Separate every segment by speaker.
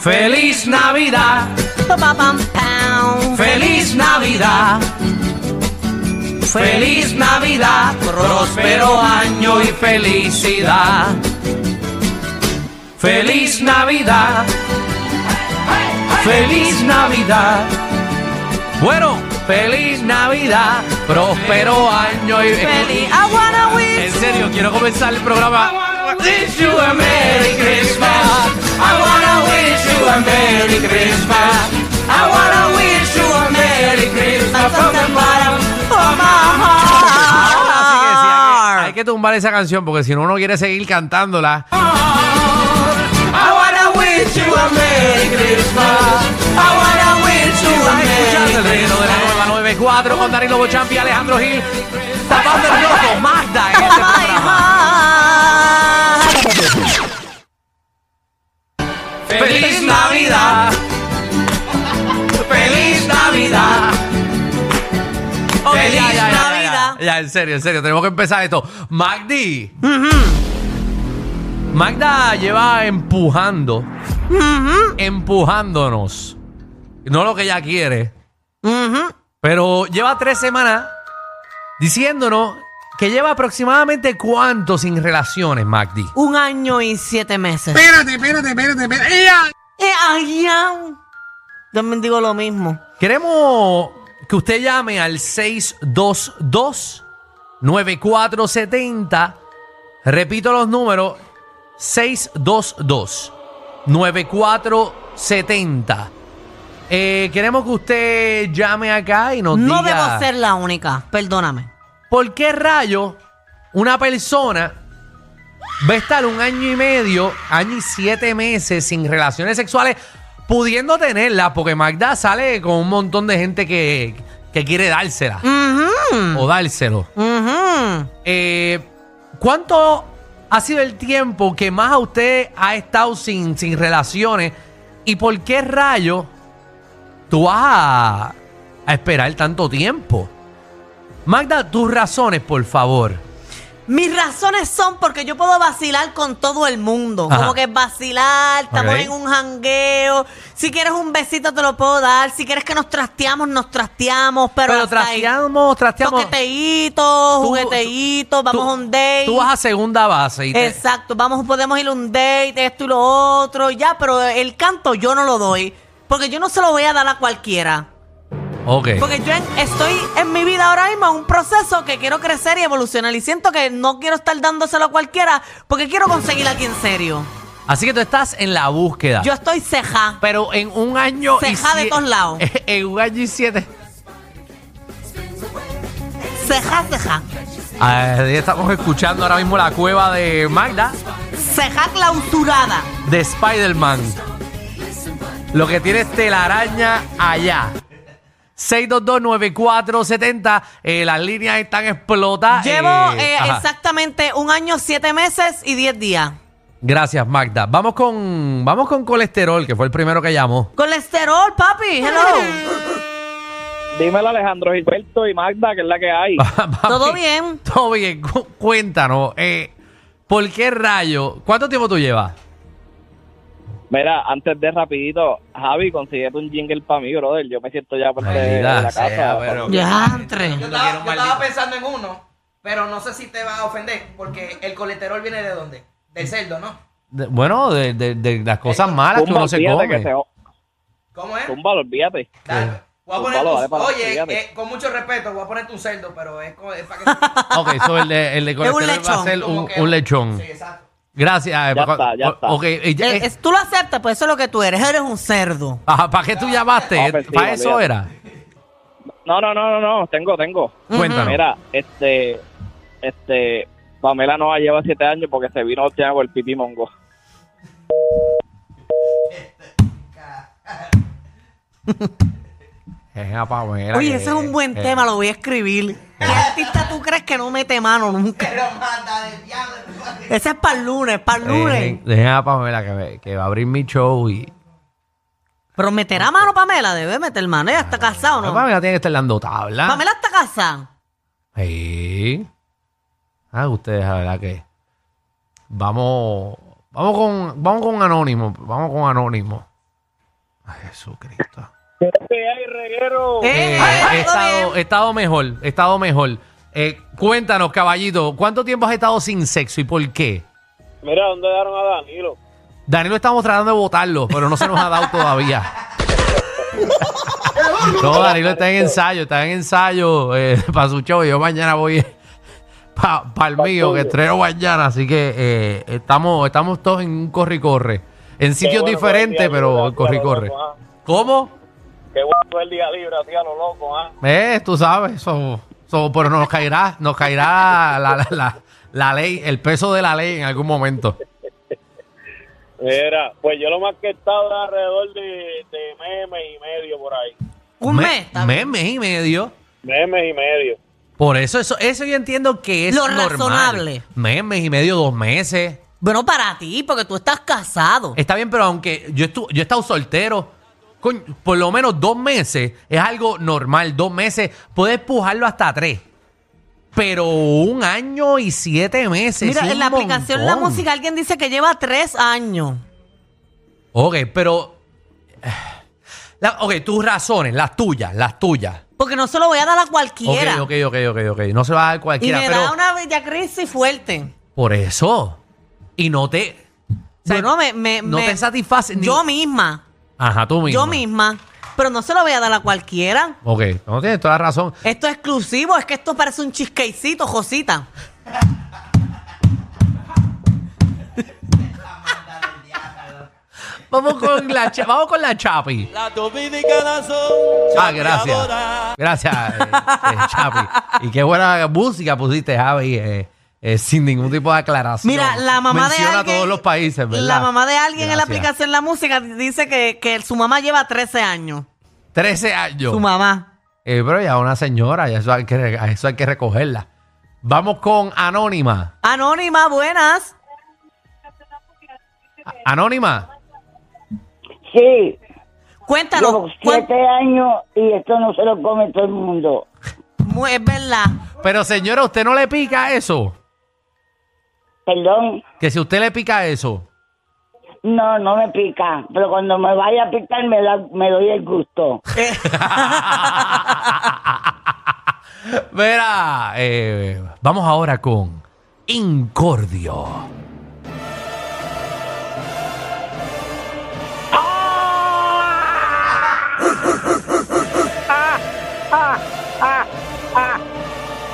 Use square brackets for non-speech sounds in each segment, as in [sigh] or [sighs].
Speaker 1: Feliz Navidad, feliz Navidad, feliz Navidad, próspero año y felicidad. Feliz Navidad, feliz Navidad. Bueno, feliz Navidad, próspero año y
Speaker 2: Feliz. I wanna
Speaker 1: En
Speaker 2: wish
Speaker 1: serio, quiero comenzar el programa. Wish you a Merry Christmas. I wanna wish you a Merry Christmas. I wanna wish you a Merry Christmas from the bottom of my heart. Ahora sí que sí, hay que- hay que tumbar esa canción porque si no uno quiere seguir cantándola. I wanna wish you a Merry Christmas. I wanna wish you a Merry Christmas. de la nueva 94 con Danilo Bochampi y Alejandro Gil. [laughs] Tapando el rojo, Magda en este
Speaker 2: my
Speaker 1: programa.
Speaker 2: heart.
Speaker 1: ¡Feliz Navidad! ¡Feliz Navidad! ¡Feliz
Speaker 2: ya, ya, ya,
Speaker 1: Navidad! Ya, en serio, en serio, tenemos que empezar esto. Magdi. Magda lleva empujando, empujándonos. No lo que ella quiere,
Speaker 2: Ujú.
Speaker 1: pero lleva tres semanas diciéndonos que lleva aproximadamente cuánto sin relaciones, Magdi.
Speaker 2: Un año y siete meses.
Speaker 3: Espérate, espérate, espérate, espérate. ¡Ea!
Speaker 2: Eh, ay, ya. También digo lo mismo.
Speaker 1: Queremos que usted llame al 622-9470. Repito los números. 622-9470. Eh, queremos que usted llame acá y nos
Speaker 2: No
Speaker 1: diga...
Speaker 2: debo ser la única, perdóname.
Speaker 1: ¿Por qué rayo una persona va a estar un año y medio, año y siete meses sin relaciones sexuales, pudiendo tenerla? Porque Magda sale con un montón de gente que, que quiere dársela
Speaker 2: Ujú,
Speaker 1: o dárselo.
Speaker 2: ujú.
Speaker 1: Eh, ¿Cuánto ha sido el tiempo que más a usted ha estado sin, sin relaciones? ¿Y por qué rayo tú vas a, a esperar tanto tiempo? Magda, tus razones, por favor.
Speaker 2: Mis razones son porque yo puedo vacilar con todo el mundo.
Speaker 1: Ajá.
Speaker 2: Como que vacilar, estamos
Speaker 1: Ok.
Speaker 2: en un jangueo. Si quieres un besito te lo puedo dar. Si quieres que nos trasteamos, nos trasteamos. Pero,
Speaker 1: Pero
Speaker 2: hasta ahí.
Speaker 1: trasteamos, trasteamos.
Speaker 2: Toqueteitos,
Speaker 1: Tú-
Speaker 2: jugueteitos, vamos
Speaker 1: tú-
Speaker 2: a un date.
Speaker 1: Tú vas a segunda base y te-
Speaker 2: Exacto, vamos, podemos ir a un date, esto y lo otro, ya, pero el canto yo no lo doy. Porque yo no se lo voy a dar a cualquiera.
Speaker 1: Ok.
Speaker 2: Porque yo en- estoy en mi vida ahora mismo en un proceso que quiero crecer y evolucionar. Y siento que no quiero estar dándoselo a cualquiera porque quiero conseguir aquí en serio.
Speaker 1: Así que tú estás en la búsqueda.
Speaker 2: Yo estoy ceja.
Speaker 1: Pero en un año y
Speaker 2: Ceja de
Speaker 1: sie-
Speaker 2: todos lados.
Speaker 1: [laughs] En un año y siete.
Speaker 2: Ceja, ceja.
Speaker 1: Ahí estamos escuchando ahora mismo la cueva de Magda.
Speaker 2: Ceja clausurada.
Speaker 1: de Spider-Man. Lo que tiene es telaraña allá. 6229470. Eh, las líneas están explotadas.
Speaker 2: Llevo
Speaker 1: Eh,
Speaker 2: eh,
Speaker 1: ajá.
Speaker 2: exactamente un año, siete meses y diez días.
Speaker 1: Gracias, Magda. Vamos con, vamos con colesterol, que fue el primero que llamó.
Speaker 2: Colesterol, papi. Hello.
Speaker 4: Dímelo Alejandro Gilberto y Magda, que es la que hay.
Speaker 1: Ah.
Speaker 2: ¿Todo bien?
Speaker 1: Todo bien. Cu- Cuéntanos, eh, ¿por qué rayo? ¿Cuánto tiempo tú llevas?
Speaker 4: Mira, antes de rapidito, Javi, consiguiete un jingle para mí, brother. Yo me siento ya parte de
Speaker 1: Maldita
Speaker 4: la casa.
Speaker 1: sea, pero-
Speaker 2: Ya, entre.
Speaker 5: Yo
Speaker 1: No quiero un
Speaker 5: estaba, yo estaba
Speaker 1: maldito.
Speaker 5: pensando en uno, pero no sé si te va a ofender, porque el colesterol viene de dónde? Del cerdo, ¿no?
Speaker 1: De- bueno, de, de- de las
Speaker 4: Eh,
Speaker 1: cosas malas que
Speaker 4: Zumba,
Speaker 1: uno se
Speaker 4: olvídate
Speaker 1: come.
Speaker 4: que se jo-
Speaker 5: ¿Cómo es?
Speaker 4: Zúmbalo, olvídate.
Speaker 5: Dale. Voy a
Speaker 4: Zúmbalo,
Speaker 5: poner
Speaker 4: dale
Speaker 5: un,
Speaker 4: para-
Speaker 5: oye,
Speaker 4: fíjate.
Speaker 5: eh, con mucho respeto, voy a ponerte un cerdo, pero es, co- es para
Speaker 1: [laughs]
Speaker 5: que...
Speaker 1: Ok, so el de, el de colesterol va a
Speaker 2: lechón.
Speaker 1: ser
Speaker 5: como
Speaker 1: un,
Speaker 5: que-
Speaker 1: un lechón.
Speaker 5: Sí, exacto.
Speaker 1: Gracias. eh,
Speaker 4: Ya está, ya está.
Speaker 1: Ok, eh, ya-
Speaker 2: Eh,
Speaker 1: eh,
Speaker 2: es- tú lo aceptas, pues eso es lo que tú eres. Eres un cerdo.
Speaker 1: ajá, ¿Para qué tú llamaste?
Speaker 4: Ah, pues sí,
Speaker 1: ¿Para eso
Speaker 4: olvídate.
Speaker 1: era?
Speaker 4: No, no, no, no, no, tengo, tengo.
Speaker 1: Cuéntanos.
Speaker 4: Mira, este, este, Pamela no lleva siete años porque se vino ya con el pipí mongo.
Speaker 1: Es a Pamela,
Speaker 2: Oye,
Speaker 1: que-
Speaker 2: ese es un buen
Speaker 1: eh,
Speaker 2: tema, lo voy a escribir. ¿Qué artista tú crees que no mete mano nunca?
Speaker 5: Pero manda de diablo.
Speaker 2: Ese es para el lunes,
Speaker 1: Eh,
Speaker 2: para el lunes.
Speaker 1: Dejen, dejen a Pamela que, me- que va a abrir mi show y...
Speaker 2: Pero meterá mano Pamela, debe meter mano. Ella está casada o
Speaker 1: Ah,
Speaker 2: no.
Speaker 1: Pamela tiene que estar dando tabla.
Speaker 2: Pamela está casada.
Speaker 1: Sí. Ah, ustedes, la verdad que... Vamos... Vamos con, vamos con Anónimo. Vamos con Anónimo. Ay, Jesucristo.
Speaker 4: ¿Qué hay, reguero?
Speaker 1: Eh, he,
Speaker 2: Eh, eh, todo
Speaker 1: estado,
Speaker 2: bien.
Speaker 1: he estado mejor, he estado mejor. Eh, cuéntanos, caballito, ¿cuánto tiempo has estado sin sexo y por qué?
Speaker 4: Mira, ¿dónde daron a Danilo?
Speaker 1: Danilo estamos tratando de votarlo, pero no se nos ha dado todavía. No, Danilo está en ensayo, está en ensayo eh, para su show. Yo mañana voy para el mío, que estreno mañana. Así que eh, estamos, estamos todos en un corre-corre. En sitios
Speaker 4: bueno,
Speaker 1: diferentes,
Speaker 4: gracias,
Speaker 1: pero
Speaker 4: gracias,
Speaker 1: corre-corre.
Speaker 4: loco, ah.
Speaker 1: ¿Cómo?
Speaker 4: Qué bueno fue el día libre, así a lo loco, ¿ah?
Speaker 1: Eh, tú sabes, eso, eso- pero nos caerá, nos caerá la, la- la- la ley, el peso de la ley en algún momento.
Speaker 4: Mira, pues yo lo más que he estado es alrededor de, de memes y medio por ahí.
Speaker 2: Un
Speaker 1: Me-
Speaker 2: mes. está
Speaker 1: mes,
Speaker 2: bien.
Speaker 1: mes y medio.
Speaker 4: Memes y medio.
Speaker 1: Por eso, eso, eso yo entiendo que es
Speaker 2: Lo
Speaker 1: normal.
Speaker 2: razonable.
Speaker 1: Mes, mes y medio, dos meses.
Speaker 2: Bueno, para ti, porque tú estás casado.
Speaker 1: Está bien, pero aunque yo, estu- yo he estado soltero, coño, por lo menos dos meses es algo normal. Dos meses, puedes pujarlo hasta tres. Pero un año y siete meses.
Speaker 2: Mira,
Speaker 1: es
Speaker 2: en la
Speaker 1: un
Speaker 2: aplicación La
Speaker 1: montón.
Speaker 2: Música alguien dice que lleva tres años.
Speaker 1: Ok, pero. [sighs] eh, la- ok, tus razones, las tuyas, las tuyas.
Speaker 2: Porque no se lo voy a dar a
Speaker 1: Ok,
Speaker 2: cualquiera.
Speaker 1: ok, ok, ok, ok. No se va a dar
Speaker 2: Y
Speaker 1: cualquiera,
Speaker 2: me
Speaker 1: pero.
Speaker 2: da una bella crisis fuerte.
Speaker 1: Por eso. Y no te. o sea,
Speaker 2: Bueno, me, me,
Speaker 1: no
Speaker 2: me-
Speaker 1: te satisface. ni-
Speaker 2: Yo misma,
Speaker 1: Ajá, tú mismo.
Speaker 2: yo misma. Pero no se lo voy a dar a cualquiera.
Speaker 1: Ok, no tienes toda la razón.
Speaker 2: Esto es exclusivo, es que esto parece un chisquecito, Josita.
Speaker 1: Vamos con la, cha- vamos con la Chapi.
Speaker 6: Las dominicanas son
Speaker 1: Ah, gracias. Gracias, eh, eh, Chapi. Y qué buena música pusiste, Javi, eh, eh, sin ningún tipo de aclaración.
Speaker 2: Mira, la mamá
Speaker 1: Menciona
Speaker 2: de alguien.
Speaker 1: todos los países, ¿verdad?
Speaker 2: La mamá de alguien en la
Speaker 1: Gracias.
Speaker 2: aplicación La Música dice que, que su mamá lleva 13 años.
Speaker 1: 13 años.
Speaker 2: Su mamá.
Speaker 1: Eh, pero ya una señora, ya eso hay que, re- a eso hay que recogerla. Vamos con Anónima.
Speaker 2: Anónima, buenas.
Speaker 1: A- Anónima,
Speaker 7: Sí,
Speaker 2: Cuéntanos.
Speaker 7: llevo
Speaker 2: cuán-
Speaker 7: siete años y esto no se lo come todo el mundo.
Speaker 2: Mu- Es verdad.
Speaker 1: pero señora, ¿usted no le pica eso?
Speaker 7: Perdón,
Speaker 1: Que si usted le pica eso.
Speaker 7: no, no me pica, pero cuando me vaya a picar me, da- me doy el gusto.
Speaker 2: Eh,
Speaker 1: [laughs] Verá, eh, vamos ahora con Incordio.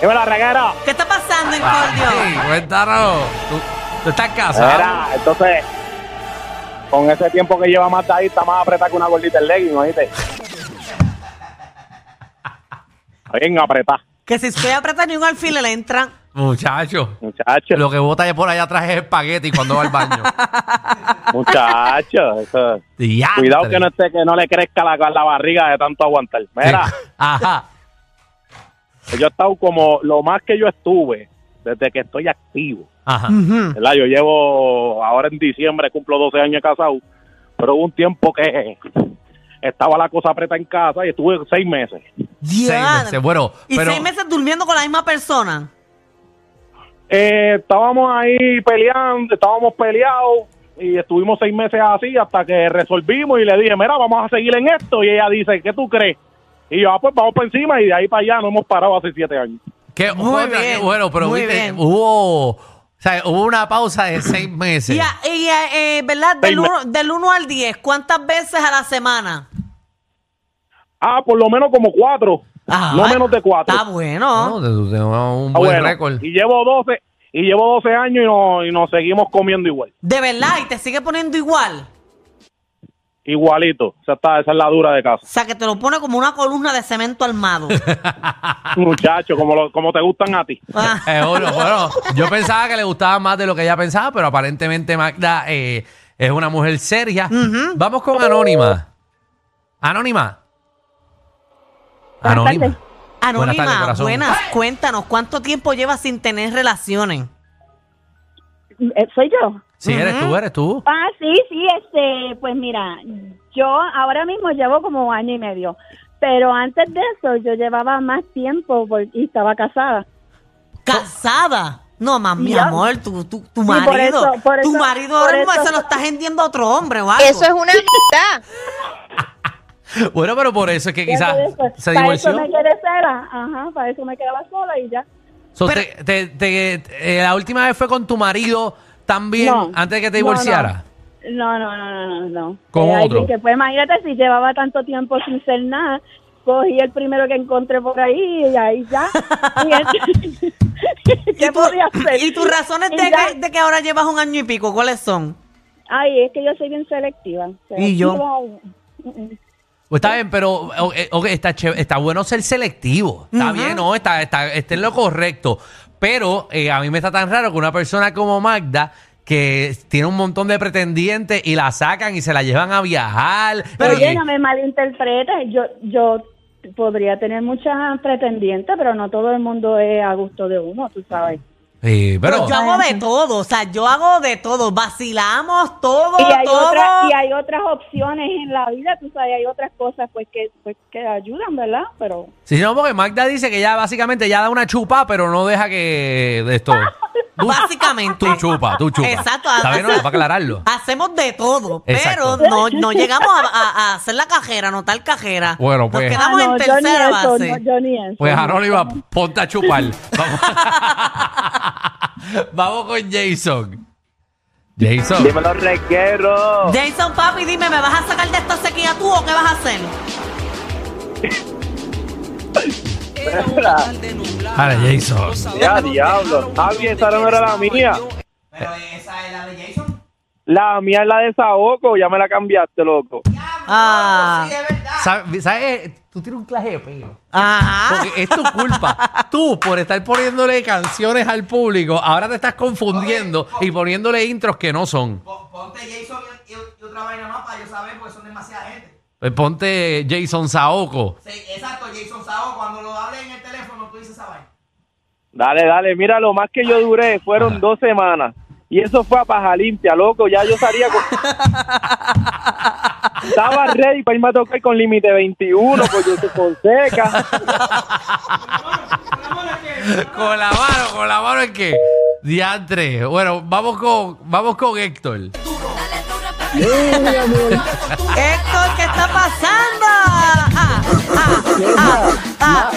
Speaker 4: Dímelo, reguero.
Speaker 2: ¿Qué está pasando, Incordio?
Speaker 1: Ay, cuéntanos. ¿Tú, tú estás casado?
Speaker 4: Mira, entonces, con ese tiempo que lleva más ahí, está más apretada que una gordita el legging, ¿oíste? Bien apretada,
Speaker 2: Que si usted aprieta ni un alfiler le entra.
Speaker 1: Muchacho,
Speaker 4: muchachos.
Speaker 1: lo que bota por allá atrás es espagueti cuando va al
Speaker 2: [laughs]
Speaker 1: baño.
Speaker 4: Muchachos, eso-
Speaker 1: Diantre.
Speaker 4: cuidado que no esté que no le crezca la, la barriga de tanto aguantar. Mira,
Speaker 1: Ajá.
Speaker 4: yo he estado como lo más que yo estuve desde que estoy activo.
Speaker 1: Ajá.
Speaker 4: ¿verdad? Yo llevo, ahora en diciembre cumplo 12 años de casado, pero hubo un tiempo que estaba la cosa apretada en casa y estuve seis meses.
Speaker 1: Seis
Speaker 2: Diadre.
Speaker 1: meses. Bueno,
Speaker 2: Y
Speaker 1: pero
Speaker 2: seis meses durmiendo con la misma persona.
Speaker 4: Eh, estábamos ahí peleando, estábamos peleados y estuvimos seis meses así hasta que resolvimos y le dije, mira, vamos a seguir en esto. Y ella dice, ¿qué tú crees? Y yo, ah, pues vamos para encima y de ahí para allá no hemos parado hace siete años.
Speaker 1: qué-
Speaker 2: Muy
Speaker 1: otra, qué
Speaker 2: bien,
Speaker 1: bueno, pero
Speaker 2: muy
Speaker 1: viste,
Speaker 2: bien.
Speaker 1: hubo, o sea, hubo una pausa de seis meses.
Speaker 2: Y, a- y a- eh, ¿verdad? Del
Speaker 4: Seis
Speaker 2: 1 al 10, ¿cuántas veces a la semana?
Speaker 4: Ah, por lo menos como cuatro,
Speaker 2: Ah,
Speaker 4: no menos de cuatro.
Speaker 2: Está bueno.
Speaker 1: No, tú tienes un
Speaker 4: Ah,
Speaker 1: buen
Speaker 4: bueno,
Speaker 1: récord.
Speaker 4: y llevo 12 y llevo 12 años y, no- y nos seguimos comiendo igual.
Speaker 2: De verdad, y te sigue poniendo igual.
Speaker 4: Igualito. Esa, está, esa es la dura de
Speaker 2: O [laughs]
Speaker 4: casa.
Speaker 2: sea, que te lo pone como una columna de cemento
Speaker 8: [laughs]
Speaker 2: armado.
Speaker 4: Muchacho, como, lo- como te gustan a ti.
Speaker 2: Ah,
Speaker 1: Eh, bueno, bueno, yo pensaba que le gustaba más de lo que ella pensaba, pero aparentemente Magda eh, es una mujer seria. Vamos con Anónima. Anónima. Anónima. Buenas tardes,
Speaker 2: Anónima, buenas,
Speaker 1: corazón.
Speaker 2: cuéntanos, ¿cuánto tiempo llevas sin tener relaciones?
Speaker 8: Eh, ¿Soy yo?
Speaker 1: Sí, eres tú, eres tú.
Speaker 8: Ah, sí, sí, este, pues mira, yo ahora mismo llevo como año y medio, pero antes de eso yo llevaba más tiempo por- y estaba casada.
Speaker 2: ¿Casada? No, más mi
Speaker 8: Ya.
Speaker 2: amor, tu, tu, tu
Speaker 8: Sí, por
Speaker 2: marido.
Speaker 8: eso, por
Speaker 2: tu
Speaker 8: eso,
Speaker 2: marido
Speaker 8: por
Speaker 2: ahora mismo
Speaker 8: eso.
Speaker 2: se lo estás vendiendo a otro hombre o algo.
Speaker 9: Eso es una amistad.
Speaker 1: Bueno, pero por eso es que quizás se
Speaker 8: pues, para eso
Speaker 1: divorció.
Speaker 8: me quedé sola. Ajá, para eso me quedaba sola y ya.
Speaker 1: So, te- te- te- eh, la última vez fue con tu marido también,
Speaker 8: No.
Speaker 1: antes de que te
Speaker 8: No, no.
Speaker 1: divorciara.
Speaker 8: No, no, no, no, no. no.
Speaker 1: ¿Con
Speaker 8: Eh, alguien
Speaker 1: otro?
Speaker 8: Que, pues imagínate si llevaba tanto tiempo sin ser nada. Cogí el primero que encontré por ahí y ahí
Speaker 1: [laughs]
Speaker 8: ya. Y entonces- [laughs] ¿Qué
Speaker 2: ¿Y, tú-
Speaker 8: podía hacer?
Speaker 2: [laughs] y tus razones de
Speaker 8: Y ya.
Speaker 2: que, de que ahora llevas un año y pico, ¿cuáles son?
Speaker 8: Ay, es que yo soy bien selectiva.
Speaker 2: Y yo.
Speaker 8: Selectiva.
Speaker 1: Pues está bien, pero o- eh, ok, está, chévere, está bueno ser selectivo. Está
Speaker 2: Ujú.
Speaker 1: bien, ¿no? Está, está, está en lo correcto. Pero eh, a mí me está tan raro que una persona como Magda, que tiene un montón de pretendientes y la sacan y se la llevan a viajar.
Speaker 8: Pero
Speaker 1: Oye,
Speaker 8: oye, no me malinterpretes. Yo, yo podría tener muchas pretendientes, pero no todo el mundo es a gusto de uno, tú sabes.
Speaker 1: sí, pero,
Speaker 2: Pues yo hago de todo, o sea, yo hago de todo, vacilamos todo,
Speaker 8: Y hay,
Speaker 2: todo.
Speaker 8: otras, y hay otras opciones en la vida, tú sabes, hay otras cosas pues que, pues que ayudan, ¿verdad? Pero
Speaker 1: si no, porque Magda dice que ya básicamente ya da una chupa, pero no deja que de esto. Tú-
Speaker 2: [laughs] Básicamente.
Speaker 1: Tú chupa, tú chupa.
Speaker 2: Exacto,
Speaker 1: Está bien, no,
Speaker 2: exacto.
Speaker 1: para aclararlo.
Speaker 2: Hacemos de todo,
Speaker 1: Exacto.
Speaker 2: pero no, no llegamos a, a- a hacer la cajera, no tal cajera.
Speaker 1: Bueno, pues.
Speaker 2: Nos quedamos
Speaker 8: Ah, no,
Speaker 2: en
Speaker 8: yo ni
Speaker 2: tercera
Speaker 8: eso,
Speaker 2: base.
Speaker 8: no, yo ni eso.
Speaker 1: Pues Anónima, ponte a chupar. Vamos. [laughs] Vamos con Jason. Jason.
Speaker 9: Dímelo, reguero.
Speaker 2: Jason, papi, dime, ¿me vas a sacar de esta sequía tú o qué vas a hacer?
Speaker 4: [laughs]
Speaker 1: Dale, Jason.
Speaker 9: Ya, diablo.
Speaker 4: Javi, Ah, esa no era la mía.
Speaker 5: Pero esa es la de Jason.
Speaker 4: La mía es la de Saoco, ya me la cambiaste, loco.
Speaker 2: Ah.
Speaker 5: Sí, es verdad.
Speaker 1: ¿Sabes? Tú tienes un clase de pelo.
Speaker 2: Ajá.
Speaker 1: Porque es tu culpa. Tú, por estar poniéndole canciones al público, ahora te estás confundiendo y poniéndole intros que no son.
Speaker 5: Po- Ponte Jason y, y- y otra vaina más para yo saber, porque son demasiada gente.
Speaker 1: Pues Ponte Jason Saoco.
Speaker 5: Sí, exacto, Jason Sao, cuando lo hablen en el teléfono, tú dices esa vaina.
Speaker 4: Dale, dale, mira, lo más que yo duré fueron dos semanas. Y eso fue a paja limpia, loco. Ya yo salía con... Estaba ready para irme a tocar con límite 21, pues yo soy Fonseca.
Speaker 1: Con la mano, con la mano es que. Diantre. Bueno, vamos con, vamos con Héctor.
Speaker 2: Héctor, ¿qué está pasando? Ah, ah, ah, ah.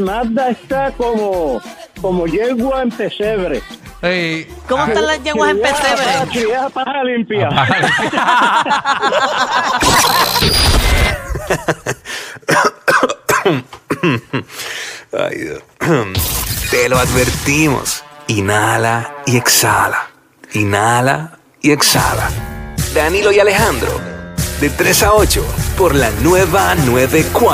Speaker 4: Mazda, está como, como yegua en pesebre.
Speaker 1: Eh,
Speaker 2: ¿Cómo están las yeguas en pesebre?
Speaker 4: paja limpia.
Speaker 9: Ay, Dios. [clears throat] Te lo advertimos. Inhala y exhala. Inhala y exhala. Danilo y Alejandro, de 3 a 8, por la nueva 94.